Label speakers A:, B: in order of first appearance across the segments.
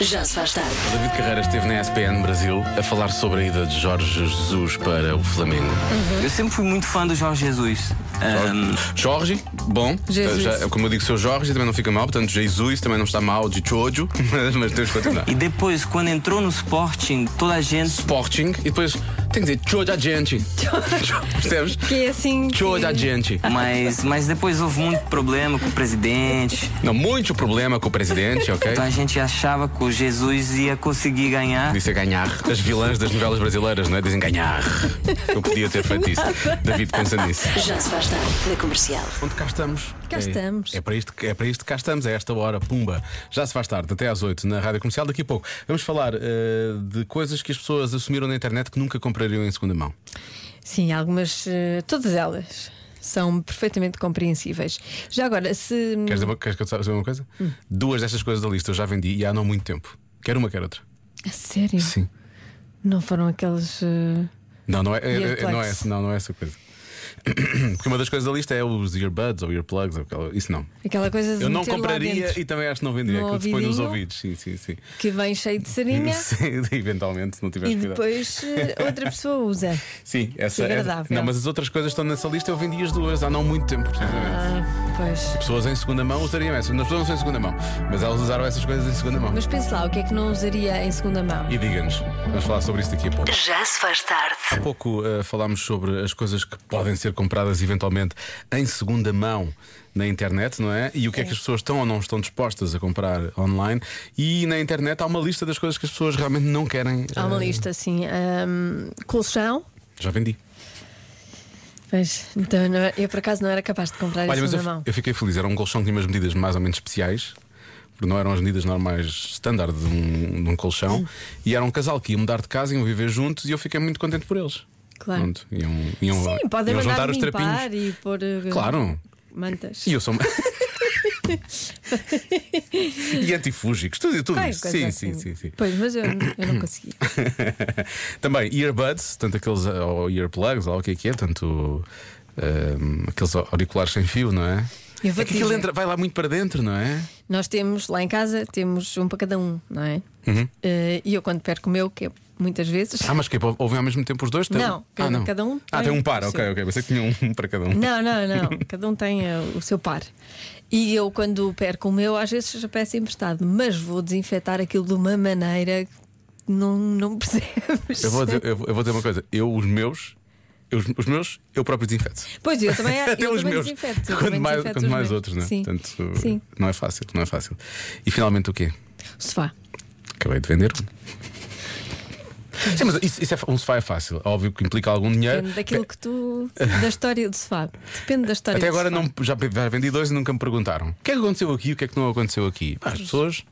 A: Já se faz tarde.
B: David Carreira esteve na SPN Brasil a falar sobre a ida de Jorge Jesus para o Flamengo.
C: Eu sempre fui muito fã do Jorge Jesus. Ahm,
B: Jorge, bom,
D: Jesus.
B: eh, já- como eu digo, seu Jorge também não fica mal, portanto, Jesus também não está mal de Chojo, mas, mas temos que continuar.
C: e depois, quando entrou no Sporting, toda a gente.
B: Sporting, e depois tem que dizer Chojo a gente. Percebes?
D: Que é assim.
B: Chojo a
D: que-
B: gente.
C: Mas, mas depois houve muito problema com o presidente.
B: Não, muito problema com o presidente, ok?
C: Então a gente achava que o Jesus ia conseguir ganhar.
B: Disse a ganhar. As vilãs das novelas brasileiras, não é? Dizem ganhar. Eu podia ter feito isso. David pensa nisso.
A: Já se faz tarde na comercial.
B: Onde cá estamos?
D: Cá
B: É-
D: estamos.
B: É, para isto, que- é para isto que cá estamos, a esta hora, pumba. Já se faz tarde, até às 8 na rádio comercial. Daqui a pouco vamos falar eh, de coisas que as pessoas assumiram na internet que nunca comprariam em segunda mão.
D: Sim, algumas. eh, todas elas são perfeitamente compreensíveis. Já agora, se.
B: Queres, dizer- queres que eu te saiba uma coisa?
D: Hum.
B: Duas destas coisas da lista eu já vendi e há não muito tempo. Quer uma, quer outra.
D: A sério? Não foram aqueles. eh,
B: Não, não é, é- é-
D: Earplugs.
B: não é, essa- não, não é essa coisa. Porque uma das coisas da lista é os earbuds ou earplugs, ou aquela- isso não.
D: aquela coisa de
B: Eu não
D: meter lá
B: compraria
D: dentro,
B: e também acho que não venderia,
D: No
B: aquilo que se põe nos
D: ouvidinho.
B: ouvidos. Sim, sim, sim.
D: Que vem cheio de sarinha
B: Sim, eventualmente, se não tiveres
D: e
B: cuidado.
D: depois eh, outra pessoa usa.
B: Sim, essa é-
D: Que agradável.
B: Não, mas as outras coisas estão nessa lista, eu vendi as duas há não muito tempo, precisamente.
D: Ah, pois.
B: Pessoas em segunda mão usariam essas. As pessoas não são em segunda mão, mas elas usaram essas coisas em segunda mão.
D: Mas pense lá, o que é que não usaria em segunda mão?
B: E diga-nos, vamos falar sobre isso daqui a pouco.
A: Já se faz tarde.
B: Há pouco eh, falámos sobre as coisas que podem ser compradas eventualmente em segunda mão na internet, não é? E o que é, que as pessoas estão ou não estão dispostas a comprar online. E na internet há uma lista das coisas que as pessoas realmente não querem.
D: Há uma
B: eh,
D: lista assim. ahm, colchão.
B: Já vendi.
D: Pois, então não- eu por acaso não era capaz de comprar
B: Olha,
D: isso
B: mas
D: na
B: eu,
D: mão.
B: eu fiquei feliz. Era um colchão que tinha umas medidas mais ou menos especiais, porque não eram as medidas normais standard de um, de um colchão. E era um casal que ia mudar de casa, iam viver juntos e eu fiquei muito contente por eles.
D: Claro.
B: Pronto, iam, iam,
D: Sim, pode
B: iam
D: mandar
B: juntar os
D: limpar
B: trapinhos.
D: e pôr eh,
B: Claro.
D: mantas.
B: E eu sou. e antifúgicos, tudo, tudo
D: Ai,
B: isso.
D: coisa
B: Sim,
D: assim.
B: sim, sim, sim.
D: Pois, mas eu, eu não consegui.
B: Também earbuds, tanto aqueles eh, ou earplugs, ou o que é que é, tanto eh, aqueles auriculares sem fio, não é?
D: Eu vou
B: é que
D: te
B: aquilo
D: dizer.
B: entra, vai lá muito para dentro, não é?
D: Nós temos lá em casa, temos um para cada um, não é? Eh, e eu quando perco o meu, que é muitas vezes.
B: Uhum. Ah, mas que ouvem ao mesmo tempo os dois? Tem-
D: Não,
B: ah, não.
D: cada um
B: Ah,
D: tem
B: tem um
D: o
B: par,
D: seu.
B: ok, ok. Pensei que tinha um para cada um.
D: Não, não, não. Cada um tem eh, o seu par. E eu, quando perco o meu, às vezes já peço emprestado, mas vou desinfetar aquilo de uma maneira que não, não percebes.
B: Eu vou, dizer, eu, vou, eu vou dizer uma coisa. Eu, os meus, eu, os- os meus, eu próprio desinfeto.
D: Pois é, eu também eu
B: Até os
D: também
B: meus.
D: desinfeto, eu
B: Quanto
D: também
B: mais,
D: desinfeto
B: quanto
D: os
B: mais
D: meus.
B: outros, né?
D: Sim.
B: Portanto,
D: Sim.
B: não é fácil, não é fácil. E finalmente o quê?
D: Sofá.
B: Acabei de vender um. Sim, mas isso, isso é, fa- um sofá é fácil. Óbvio que implica algum dinheiro.
D: Depende daquilo que tu. da história do sofá. Depende da história
B: Até
D: do
B: agora
D: sofá.
B: não, já pe- já vendi dois e nunca me perguntaram o que é que aconteceu aqui o que é que não aconteceu aqui. Pá, As pessoas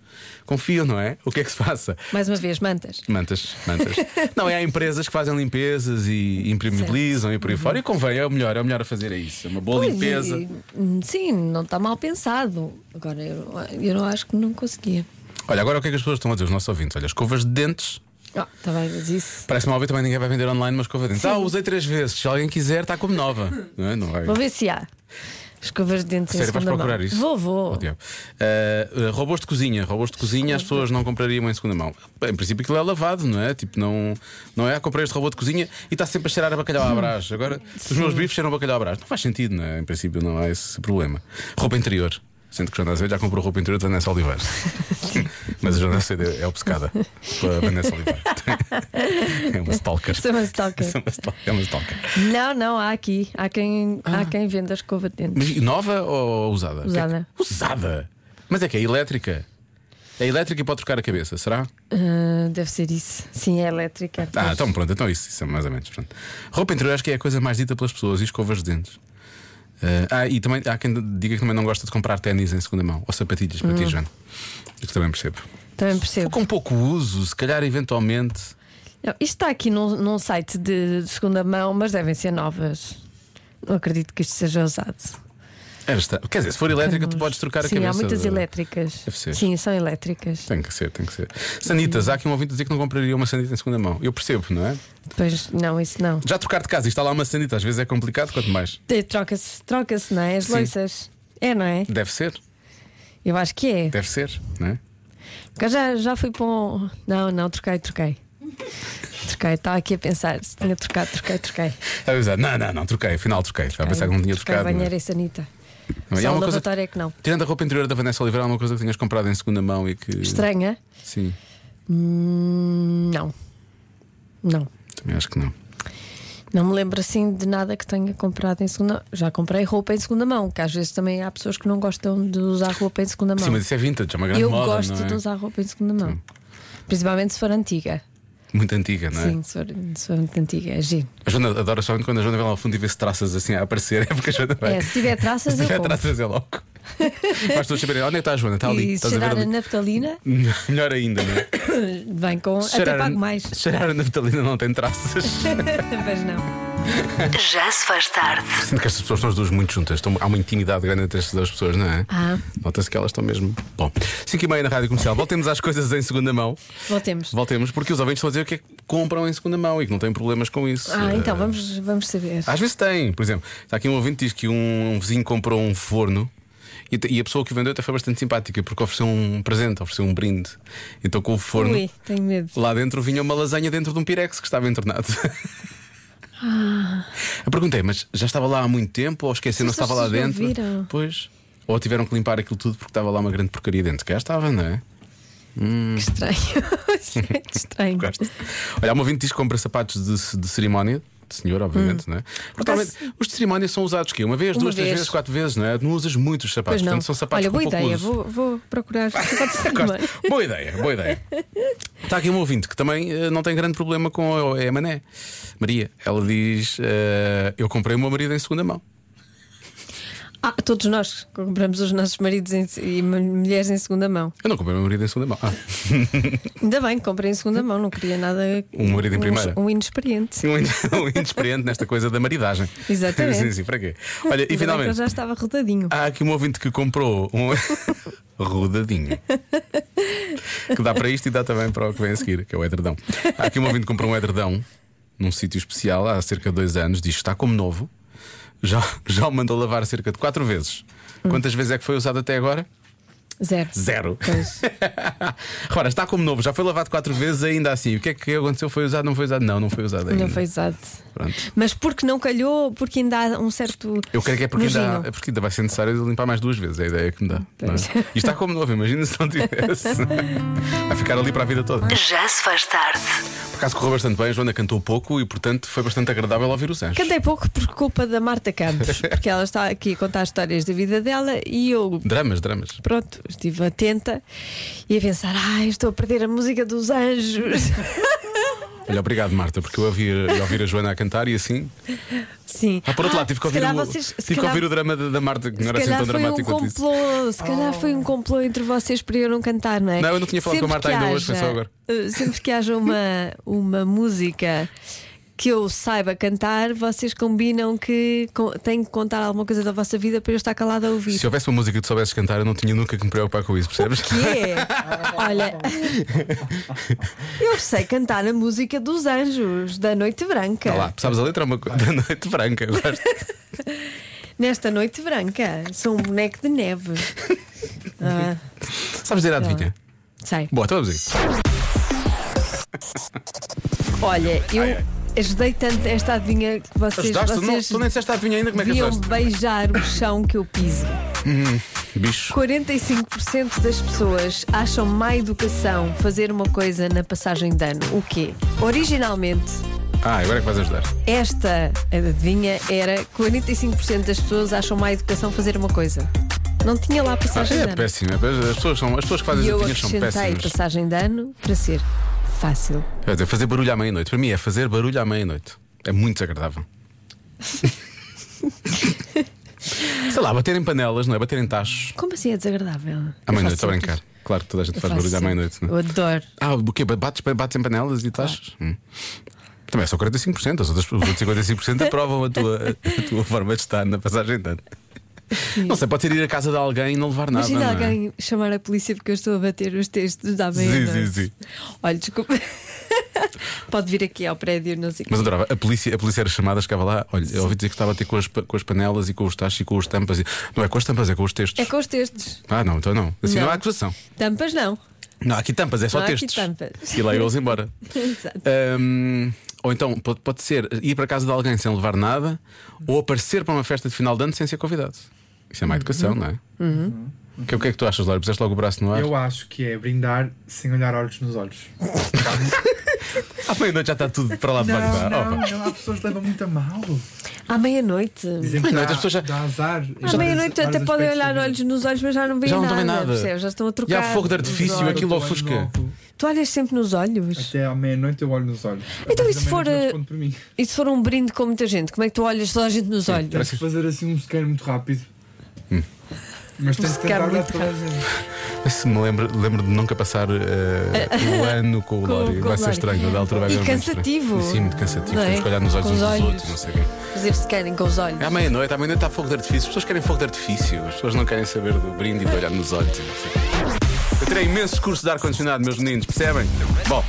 B: confiam, não é? O que é que se passa?
D: Mais uma vez, mantas.
B: Mantas, mantas. não, é há empresas que fazem limpezas e impermeabilizam e por aí fora. E convém, é o melhor, é o melhor a fazer é isso. É uma boa
D: Pois,
B: limpeza.
D: e- e- sim, não está mal pensado. Agora, eu, eu não acho que não conseguia.
B: Olha, agora o que é que as pessoas estão a dizer, os nossos ouvintes? Olha, escovas de dentes.
D: Ah, está bem, mas isso.
B: Parece-me óbvio, também ninguém vai vender online uma escova de dentes. Ah, usei três vezes. Se alguém quiser, está como nova. não é? Não vai.
D: Vou ver se há. Escovas de dentes em
B: Sério, vais
D: segunda
B: procurar
D: mão.
B: isso?
D: Vou, vou.
B: Oh, diabo. Ah, ah, robôs de cozinha. Robôs de cozinha as pessoas não comprariam em segunda mão. Bem, em princípio aquilo é lavado, não é? Tipo, não, não é? Ah, Comprei este robô de cozinha e está sempre a cheirar a bacalhau à brás. Agora, se os meus bifes cheiram a bacalhau à brás. Não faz sentido, não é? Em princípio não há esse problema. Roupa interior. Sinto que o Joana Azevedo já comprou roupa interior da Vanessa Oliveira. Mas a Joana Azevedo é obcecada pela Vanessa Oliveira. é uma stalker.
D: Sou uma stalker.
B: É uma stalker. É uma stalker.
D: Não, não, há aqui. Há quem, há quem venda escova de dentes.
B: Ah. Mas nova ou usada?
D: Usada.
B: O que é que- Usada? Mas é que é elétrica. É elétrica e pode trocar a cabeça, será?
D: Ah, deve ser isso. Sim, é elétrica.
B: Ah, então pronto, então isso, isso é mais ou menos. Pronto. Roupa interior acho que é a coisa mais dita pelas pessoas e escovas de dentes. Eh, ah, e também há quem diga que também não gosta de comprar ténis em segunda mão ou sapatilhas para
D: Hum.
B: ti, Joana. Isso também percebo.
D: Também percebo.
B: Com pouco uso, se calhar eventualmente.
D: Não, isto está aqui num, num site de, de segunda mão, mas devem ser novas. Não acredito que isto seja usado.
B: Era esta- Quer dizer, se for elétrica, tu
D: Vamos.
B: podes trocar
D: Sim,
B: a cabeça.
D: há muitas
B: de-
D: elétricas.
B: Deve ser.
D: Sim, são elétricas.
B: Tem que ser, tem que ser. Sanitas, há aqui um ouvinte a dizer que não compraria uma sanita em segunda mão. Eu percebo, não é?
D: Pois não, isso não.
B: Já trocar de casa e instalar uma sanita às vezes é complicado, quanto mais.
D: Eh, Troca-se, troca-se, não é? As
B: Sim.
D: loiças. É, não é?
B: Deve ser,
D: Eu acho que é.
B: deve ser, não é?
D: Cá Já, já fui para um. Não, não, troquei, troquei. Troquei, estava aqui a pensar se tinha trocado, troquei, troquei.
B: Estava a pensar, não, não, não, troquei, afinal troquei. Estava a pensar que não tinha
D: Troquei
B: trocado. mas-
D: banheira e sanita.
B: Também.
D: Só
B: Há
D: o
B: uma coisa- Hum.
D: lavatório é que não.
B: Tirando a roupa interior da Vanessa Oliveira, há uma coisa que tinhas comprado em segunda mão e que.
D: Estranha?
B: Sim,
D: Hum, não. Não.
B: também acho que não.
D: Não me lembro assim de nada que tenha comprado em segunda Já comprei roupa em segunda mão, que às vezes também há pessoas que não gostam de usar roupa em segunda mão.
B: Sim, mas isso é vintage, é uma grande
D: Eu
B: moda.
D: gosto
B: não é?
D: de usar roupa em segunda mão. Principalmente se for antiga.
B: Muito antiga, não é?
D: Sim, se for, se for muito antiga, é giro.
B: A Joana adora só quando a Joana vai lá ao fundo e vê se traças assim a aparecer. É porque a Joana vai.
D: É, se tiver traças,
B: se
D: eu
B: tiver
D: compro.
B: traças, é logo. Mas estou a saber, onde é que está a Joana? Está ali.
D: e se
B: Estás a ver
D: cheirar a
B: ali.
D: naftalina,
B: Melhor ainda, não é?
D: vem com.
B: Se
D: Até
B: cheirar a-
D: pago mais.
B: se Cheirar a naftalina não tem traças.
D: Mas não.
A: Já se faz tarde.
B: Sinto que estas pessoas estão as duas muito juntas. Estão- há uma intimidade grande entre estas duas pessoas, não é?
D: Ah.
B: Nota-se que elas estão mesmo. Bom, 5 e meia na rádio comercial. Voltemos às coisas em segunda mão.
D: Voltemos.
B: Voltemos, porque os ouvintes estão a dizer o que é que compram em segunda mão e que não têm problemas com isso.
D: Ah, então
B: Eh,
D: vamos, vamos saber.
B: Às vezes tem, por exemplo, está aqui um ouvinte que diz que um, um vizinho comprou um forno e, te- e a pessoa que o vendeu até foi bastante simpática porque ofereceu um presente, ofereceu um brinde. Então com o forno.
D: Ui, tenho medo.
B: Lá dentro vinha uma lasanha dentro de um pirex que estava entornado. Eu perguntei, mas já estava lá há muito tempo ou esqueceram
D: Mas
B: se estava lá
D: Ah. vocês não
B: dentro?
D: viram?
B: Pois. Ou tiveram que limpar aquilo tudo porque estava lá uma grande porcaria dentro. Que já estava, não é?
D: Que estranho. Isso é muito estranho.
B: Hum. Gosto. Olha, há um ouvinte que diz que compra sapatos de, de cerimónia. De senhor, obviamente, não é? Porque
D: acaso-
B: normalmente, os de cerimónia são usados que Uma vez,
D: Hum. Uma
B: duas, três
D: vez.
B: vezes, quatro vezes, não é? Não usas muitos sapatos,
D: Pois não.
B: portanto são sapatos
D: Olha,
B: com
D: boa
B: pouco
D: ideia.
B: uso.
D: Vou, vou procurar.
B: Gosto. Boa ideia, boa ideia. Está aqui um ouvinte que também eh, não tem grande problema com a, é a Mané. Maria, ela diz: eh, Eu comprei o meu marido em segunda mão.
D: Ah, todos nós compramos os nossos maridos em- e mu- mulheres em segunda mão.
B: Eu não comprei o meu marido em segunda mão. Ah,
D: Ainda bem que comprei em segunda mão, não queria nada.
B: Um marido em primeira.
D: Um, um inexperiente.
B: um in- um inexperiente nesta coisa da maridagem.
D: Exatamente.
B: Sim, sim, para quê? Olha, e
D: Ainda bem que ele
B: finalmente,
D: já estava rodadinho.
B: há aqui um ouvinte que comprou um. Rodadinho. Que dá para isto e dá também para o que vem a seguir, que é o edredão. Há aqui um ouvinte que comprou um edredão num sítio especial há cerca de dois anos, diz que está como novo, já, já o mandou lavar cerca de quatro vezes. Quantas vezes é que foi usado até agora?
D: Zero.
B: Zero.
D: Pois.
B: Ora, está como novo, já foi lavado quatro vezes ainda assim. O que é que aconteceu? Foi usado? Não foi usado? Não, não foi usado ainda.
D: Não foi usado.
B: Pronto.
D: Mas porque não calhou, porque ainda há um certo.
B: Eu creio que é porque ainda, há-
D: nojinho.
B: é porque ainda vai ser necessário limpar mais duas vezes, é a ideia que me dá. não é?
D: Pois.
B: E está como novo, imagina se não tivesse. Vai ficar ali para a vida toda.
A: Já se faz tarde.
B: Por acaso correu bastante bem, a Joana cantou pouco e, portanto, foi bastante agradável ouvir os anjos.
D: Cantei pouco por culpa da Marta Campos, porque ela está aqui a contar histórias da vida dela e eu
B: Dramas, dramas.
D: pronto, estive atenta e a pensar, ai, estou a perder a música dos anjos.
B: Olha, obrigado, Marta, porque eu ouvi, eu ouvi a Joana a cantar e assim.
D: Sim.
B: Ah, por outro lado, tive que
D: se
B: ouvir,
D: calhar
B: o,
D: vocês- se
B: tive que
D: calhar-
B: ouvir o drama da, da Marta, que não
D: Se
B: era assim tão
D: calhar foi um
B: dramático quanto isso.
D: complô, se calhar foi um complô entre vocês para eu não cantar, não é?
B: Não, eu não tinha falado com a Marta
D: que
B: ainda hoje, foi só agora.
D: eh, Sempre que haja uma, uma música que eu saiba cantar, vocês combinam que co- tenho que contar alguma coisa da vossa vida para eu estar calada a ouvir.
B: Se houvesse uma música que tu soubesses cantar, eu não tinha nunca que me preocupar com isso, percebes?
D: Que é? Olha, eu sei cantar a música dos anjos da Noite Branca.
B: Tá lá, sabes a letra é uma coisa da noite branca. eu gosto.
D: Nesta Noite Branca, sou um boneco de neve. Ah,
B: sabes dizer a adivinha?
D: sei.
B: Boa, então vamos aí.
D: Olha, eu ajudei tanto esta adivinha que vocês,
B: Ajudaste? Tu não-
D: vocês
B: Tu nem disseste a adivinha ainda, como é que
D: deviam
B: ajudaste?
D: beijar o chão que eu piso.
B: Bicho.
D: 45% das pessoas acham má educação fazer uma coisa na passagem de ano. O quê? Originalmente,
B: Ah, agora é que vais ajudar.
D: esta adivinha era 45% das pessoas acham má educação fazer uma coisa. Não tinha lá
B: Ah,
D: passagem de
B: é
D: ano.
B: péssimo. é péssimo. As pessoas, são, as pessoas que fazem
D: E
B: as
D: eu
B: adivinhas são
D: acrescentei
B: péssimas.
D: passagem de ano para ser fácil.
B: Quer dizer, fazer barulho à meia-noite. Para mim é fazer barulho à meia-noite. É muito desagradável. Sei lá, bater em panelas, não é? Bater em tachos.
D: Como assim é desagradável?
B: À meia-noite,
D: Eu faço
B: estou a brincar. Claro que toda a gente
D: Eu
B: faz
D: faço
B: barulho à
D: sempre.
B: meia-noite. Não é?
D: Eu adoro.
B: Ah, o quê? Bates, bates em panelas e tachos? Hum. Também é só 45%. As outras, os outros 55% aprovam a tua, a tua forma de estar na passagem de ano. Não sei, pode ser ir à casa de alguém e não levar nada.
D: Imagina
B: não é?
D: alguém chamar a polícia porque eu estou a bater os textos da meia
B: sim, sim.
D: Olha, desculpa. Pode vir aqui ao prédio, não sei.
B: Mas adorava, a polícia, a polícia era chamada, chegava lá, olha, eu ouvi dizer que estava a ter com as, pa- com as panelas e com os tachos e com os tampas. e- Não é com as tampas, é com os textos.
D: É com os textos.
B: Ah, não, então não. Assim não,
D: Não.
B: há acusação.
D: Tampas não.
B: Não há aqui tampas, é só
D: Não há aqui
B: textos.
D: tampas.
B: E lá eles embora.
D: Exato.
B: Hum, ou então pode, pode ser ir para a casa de alguém sem levar nada, ou aparecer para uma festa de final de ano sem ser convidado. Isso é má
D: Uhum.
B: educação, não é? Que- o que é que tu achas, Laura? Puseste logo o braço no ar?
E: Eu acho que é brindar sem olhar olhos nos olhos.
B: À meia-noite já está tudo para lá para baixo.
E: não,
B: Opa.
E: não, há pessoas que levam muito a mal.
D: À meia-noite.
E: Dizem que
B: Mas não,
E: dá,
B: as pessoas já-
E: dá azar.
D: À meia-noite até podem olhar olhos
E: olhos
D: nos olhos, mas já não veem
B: Já não
D: nada.
B: estão a ver nada.
D: percebes? Já estão a
B: E
D: trocar.
B: há fogo de artifício,
D: olhos.
B: aquilo ofusca.
D: Tu olhas sempre nos olhos.
E: Até à meia-noite eu olho nos olhos.
D: Então, e
E: Depois
D: se
E: da
D: for,
E: meia-noite
D: eh,
E: não responde por mim.
D: E se for um brinde com muita gente, como é que tu olhas só a gente nos olhos?
E: Tens que fazer assim um scan muito rápido.
B: Hum.
E: Mas tens que
D: Um scan
E: tentar olhar
D: muito
E: toda a gente.
B: Se me lembro, lembro de nunca passar eh, o ano com o
D: Com-
B: Lori.
D: com
B: Vai
D: o
B: ser
D: Lori.
B: estranho, da altura vai
D: E
B: ver muito estranho.
D: cansativo.
B: Sim, muito cansativo.
D: Não é?
B: Temos que olhar nos olhos
D: Com
B: uns
D: os
B: dos
D: olhos.
B: outros, não sei o quê. É
D: Fazer scanning com os olhos.
B: À meia-noite, à meia-noite há fogo de artifício. As pessoas querem fogo de artifício. As pessoas não querem saber do brinde e de olhar nos olhos. e não sei o quê. Eu terei imensos cursos de ar-condicionado, meus meninos, percebem? Bom,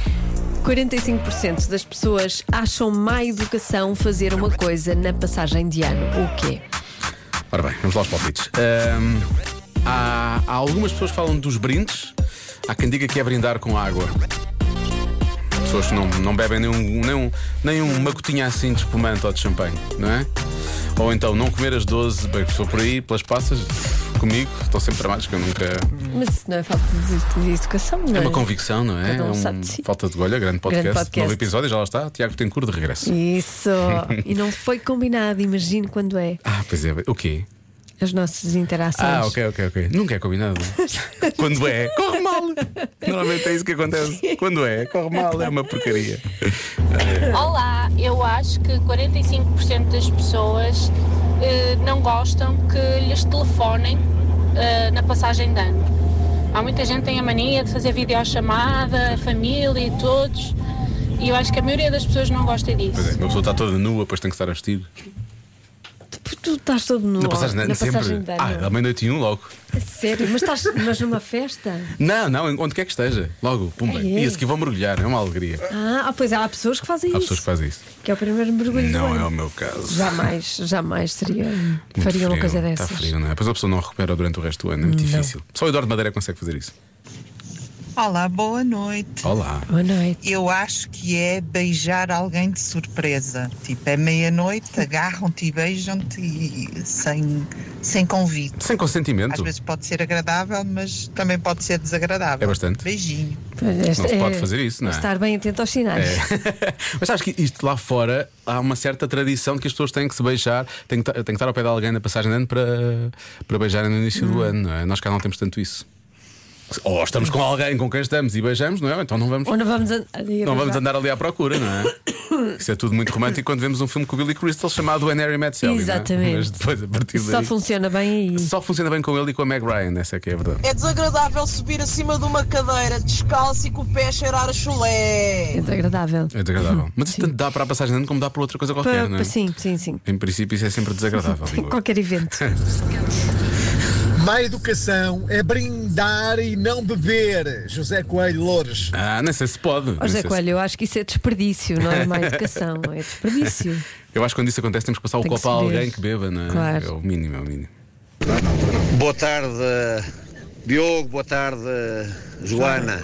D: 45% das pessoas acham má educação fazer uma coisa na passagem de ano. O quê?
B: ora bem, vamos lá aos palpites. Ahm, há, há algumas pessoas que falam dos brindes. Há quem diga que é brindar com água. Pessoas que não, não bebem nem, um, nem, um, nem uma gotinha assim de espumante ou de champanhe, não é? Ou então não comer as 12, bem, se for por aí, pelas passas, comigo, estão sempre tramados que eu nunca.
D: Mas isso não é falta de, de educação, não é?
B: É uma convicção, não é?
D: Cada um
B: é
D: sabe de si.
B: falta de golha, grande podcast.
D: Grande podcast.
B: Novo episódio, já lá está. Tiago Tencourt de regresso.
D: Isso! E não foi combinado, imagino quando é
B: Ah, pois é. O quê?
D: as nossas interações.
B: Ah, ok, ok, ok. Nunca é combinado. Quando é, corre mal. Normalmente é isso que acontece. Quando é, corre mal, é uma porcaria.
F: Olá, eu acho que 45% das pessoas eh, não gostam que lhes telefonem eh, na passagem de ano. Há muita gente que tem a mania de fazer videochamada, família e todos, e eu acho que a maioria das pessoas não gosta
B: Pois é,
F: disso.
B: uma pessoa está toda nua, depois tem que estar a vestir.
D: Tu, tu estás todo nu.
B: Na passagem de ano,
D: na
B: sempre.
D: passagem de
B: Ah,
D: ano. É
B: da meia-noite e um logo.
D: Sério, mas estás mas numa festa?
B: Não, não, onde quer que esteja. Logo, pumba.
D: Ai, é.
B: E esse que vão mergulhar, é uma alegria.
D: Ah, ah, pois há pessoas que fazem
B: Há
D: isso.
B: pessoas que fazem isso.
D: Que é o primeiro mergulho do
B: Não
D: ano.
B: é o meu caso.
D: Jamais, jamais seria.
B: Muito
D: faria uma
B: frio,
D: coisa dessas.
B: Está frio, não é? Depois a pessoa não recupera durante o resto do ano, é muito difícil. Só o Eduardo Madeira consegue fazer isso.
G: Olá, boa noite.
B: Olá.
D: Boa noite.
G: Eu acho que é beijar alguém de surpresa. Tipo, é meia-noite, agarram-te e beijam-te e sem, sem convite.
B: Sem
G: Às
B: consentimento.
G: vezes pode ser agradável, mas também pode ser desagradável.
B: É bastante.
G: Beijinho.
B: Não se pode fazer isso, não é?
D: Estar bem atento aos sinais.
B: É. Mas sabes que isto lá fora há uma certa tradição de que as pessoas têm que se beijar, têm que, ta- têm que estar ao pé de alguém na passagem de ano para, para beijarem no início
D: Hum.
B: do ano, não é? Nós cá não temos tanto isso. Ou estamos com alguém com quem estamos e beijamos, não é? Então não vamos,
D: Ou não vamos, an- ali a
B: não vamos
D: beijar?
B: andar ali à procura, não é? Isso é tudo muito romântico quando vemos um filme com o Billy Crystal chamado When Harry Met Sally. não é?
D: Exatamente.
B: Mas depois, a partir
D: Só
B: daí.
D: funciona bem aí.
B: Só funciona bem com ele e com a Meg Ryan, essa é que é a verdade.
H: É desagradável subir acima de uma cadeira descalço e com o pé cheirar a chulé.
D: É desagradável.
B: É desagradável. Mas isso tanto dá para a passagem de ano como dá para outra coisa qualquer,
D: Pa-
B: não
D: pa-
B: é?
D: Sim, sim, sim.
B: Em princípio, isso é sempre desagradável. digo eu.
D: Qualquer evento.
I: Má educação é brindar e não beber. José Coelho Loures.
B: Ah, não sei se pode.
D: Ó,
B: Não sei
D: José
B: se-
D: Coelho, eu acho que isso é desperdício, não é má educação, é desperdício.
B: Eu acho que quando isso acontece temos que passar
D: Tem
B: o
D: que
B: copo a
D: se ver.
B: alguém que beba, não é?
D: Claro.
B: É o mínimo, é o mínimo.
J: Boa tarde, Diogo. Boa tarde, Joana.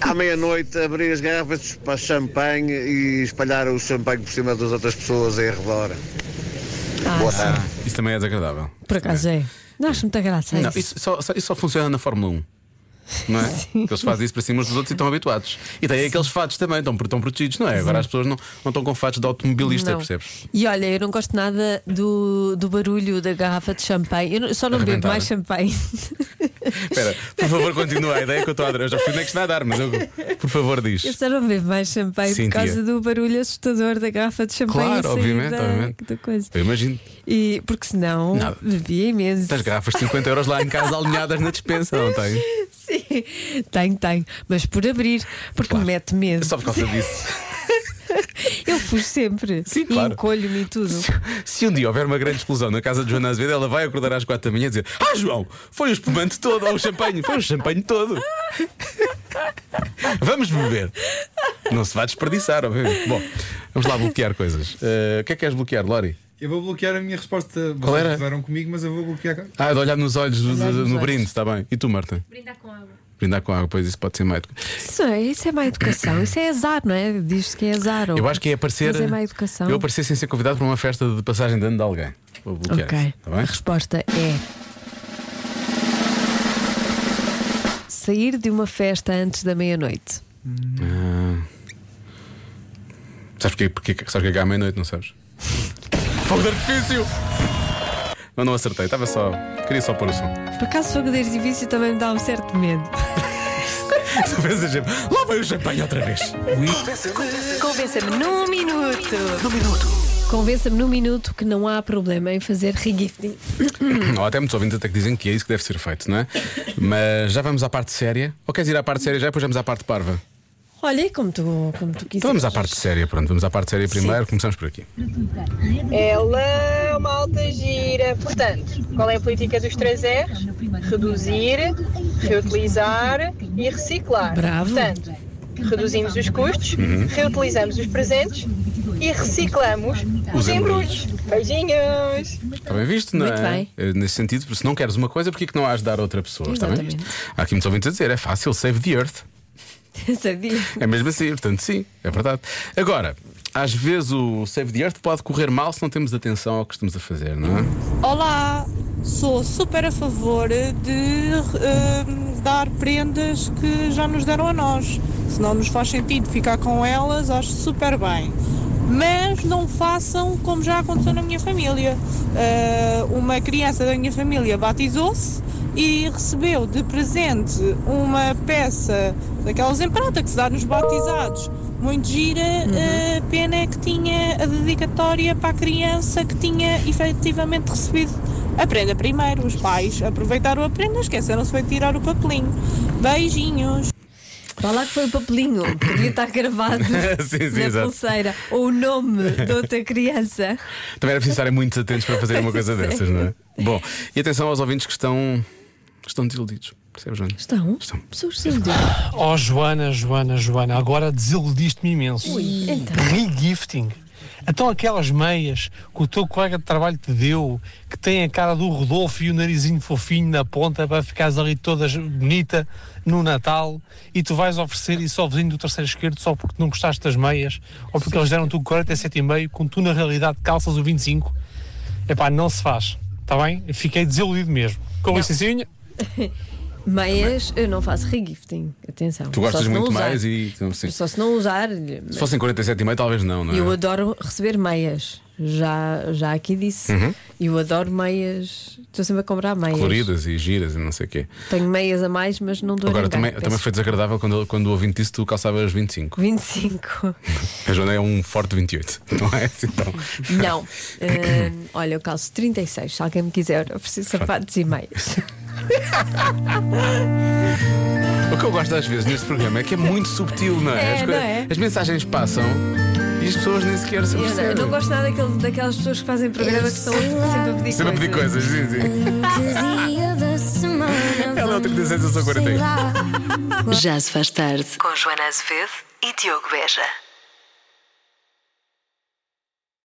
J: À meia-noite, abrir as garrafas para champanhe e espalhar o champanhe por cima das outras pessoas em redor.
D: Ah, sim,
B: Isso também é desagradável.
D: por acaso é. Não acho muita graça. a
B: Não,
D: É isso.
B: isso só, só- isso só funciona na Fórmula 1. Não é? Que Eles fazem isso para cima uns dos outros e estão habituados. E tem aqueles fatos também, estão, estão protegidos, não é? Agora as pessoas não, não estão com fatos de automobilista,
D: Não.
B: é percebes?
D: E olha, eu não gosto nada do, do barulho da garrafa de champanhe. Eu não- só não bebo
B: Arrebentar.
D: mais champanhe.
B: Espera, por favor, continua a ideia que eu estou a dar. Eu já fui onde é que está a dar, mas eu, por favor,
D: Eu
B: diz.
D: só não bebo mais champanhe
B: Sim,
D: por causa
B: tia.
D: do barulho assustador da garrafa de champanhe.
B: Claro,
D: a sair
B: obviamente,
D: da,
B: obviamente.
D: da coisa.
B: Eu imagino,
D: E, porque senão
B: Nada.
D: bebia imenso.
B: tens garrafas de 50 euros lá em casa alinhadas na dispensa, não tens?
D: Sim, tenho, tenho. Mas por abrir, porque me mete medo.
B: É Só por causa disso.
D: Eu fujo sempre.
B: Sim,
D: e
B: claro.
D: encolho-me e tudo.
B: Se, se um dia houver uma grande explosão na casa de Joana Azevedo, ela vai acordar às quatro da manhã e dizer: Ah, João, foi o espumante todo, ou o champanhe, foi o champanhe todo. Vamos beber. Não se vai desperdiçar, obviamente. Bom, vamos lá bloquear coisas. Eh, o que é que queres bloquear, Lori?
E: Eu vou bloquear a minha resposta.
B: Qual
E: Vocês
B: era?
E: fizeram comigo, mas eu vou bloquear.
B: Ah, de olhar nos olhos do-
E: Olhar
B: do-
E: nos
B: no
E: olhos.
B: brinde, está bem. E tu, Marta?
F: Brindar com água.
B: brindar com água, pois isso pode ser má educação.
D: Isso, é- isso é má educação. Isso é azar, não é? Diz-se que é azar. ou-
B: Eu acho que é aparecer.
D: Mas é má educação.
B: Eu aparecer sem ser convidado para uma festa de passagem de ano de alguém. Vou bloquear
D: Ok.
B: isso, tá bem?
D: A resposta é. Sair de uma festa antes da meia-noite.
B: Ah. Sabes porquê? Porque, sabes porquê que é à meia-noite, não sabes? Fogo de artifício! Não, não acertei, estava só. Queria só pôr o som.
D: Por acaso, fogo de artifício também me dá um certo medo.
B: Talvez a gente- Lá vai o champanhe outra vez.
D: Convença-me num minuto. Num minuto. Convença-me num minuto que não há problema em fazer regifting.
B: Hum. Ou até muitos ouvintes até que dizem que é isso que deve ser feito, não é? Mas já vamos à parte séria. Ou queres ir à parte séria já depois vamos à parte parva?
D: Olha, como tu, como tu quiseres.
B: Então
K: é
B: vamos à parte séria, pronto. Vamos à parte séria primeiro, começamos por aqui.
K: É Ela, malta gira. Portanto, qual é a política dos três R's? Reduzir, reutilizar e reciclar.
D: Bravo.
K: Portanto, reduzimos os custos,
B: Uhum.
K: reutilizamos os presentes e reciclamos
B: Os
K: os embrulhos. Beijinhos!
B: Está bem visto, não
K: Muito
B: é?
K: bem.
B: Eh, Nesse sentido, porque se não queres uma coisa, porquê que não a ajudar outra pessoa? Está bem visto? Há aqui muitos ouvintes a dizer, é fácil, save the earth.
D: Sabia.
B: É mesmo assim, portanto, sim, é verdade. Agora, às vezes o Save the Earth pode correr mal se não temos atenção ao que estamos a fazer, não é?
L: Olá, sou super a favor de hum, dar prendas que já nos deram a nós. Se não nos faz sentido ficar com elas, acho super bem. Mas não façam como já aconteceu na minha família. Uh, uma criança da minha família batizou-se e recebeu de presente uma peça daquelas em prata que se dá nos batizados. Muito gira, uh, pena é que tinha a dedicatória para a criança que tinha efetivamente recebido a prenda primeiro. Os pais aproveitaram a prenda, esqueceram-se de tirar o papelinho. Beijinhos!
D: Vá lá é que foi o papelinho, podia estar gravado
B: Sim, sim,
D: na
B: exato.
D: pulseira ou o nome de outra criança.
B: Também era preciso estarem muito atentos para fazer uma coisa
D: Sim.
B: dessas, não é? Bom, e atenção aos ouvintes que estão, estão desiludidos, percebes, Joana?
D: Estão? Pessoas sem
M: Oh, Joana, Joana, Joana, agora desiludiste-me imenso.
D: Ui, então.
M: Regifting. Então, aquelas meias que o teu colega de trabalho te deu, que tem a cara do Rodolfo e o narizinho fofinho na ponta para ficares ali toda bonita no Natal e tu vais oferecer isso ao vizinho do terceiro esquerdo só porque não gostaste das meias ou porque eles deram-te o 47,5 quando tu na realidade calças o 25. Epá, não se faz, está bem? Fiquei desiludido mesmo. Com licencinha.
D: Meias, eu não faço regifting. Atenção.
B: Tu gostas
D: Só se não
B: muito
D: usar.
B: mais e. então, sim.
D: Só se não usar.
B: Se fossem 47,5, talvez não, não é?
D: Eu adoro receber meias. Já, já aqui disse.
B: Uhum.
D: Eu adoro meias. Estou sempre a comprar meias.
B: Coloridas e giras e não sei o quê.
D: Tenho meias a mais, mas não dou a
B: Agora,
D: ninguém,
B: também,
D: peço.
B: também foi desagradável quando, quando o ouvinte disse que tu calçavas 25.
D: 25.
B: A Joana é um forte 28, não é? Então,
D: Não. Ahn, olha, eu calço 36. Se alguém me quiser, eu preciso de sapatos e meias.
B: O que eu gosto às vezes neste programa é que é muito subtil, não é?
D: É,
B: as,
D: não é?
B: as mensagens passam e as pessoas nem sequer se
D: Eu não, eu
B: percebem.
D: não gosto nada daquele- daquelas pessoas que fazem programas que estão sempre a pedir
B: Sempre a pedir coisas, sim, sim. Ela é o 36, eu sou 41.
A: Já se faz tarde. Com Joana Azevedo e Diogo Beja.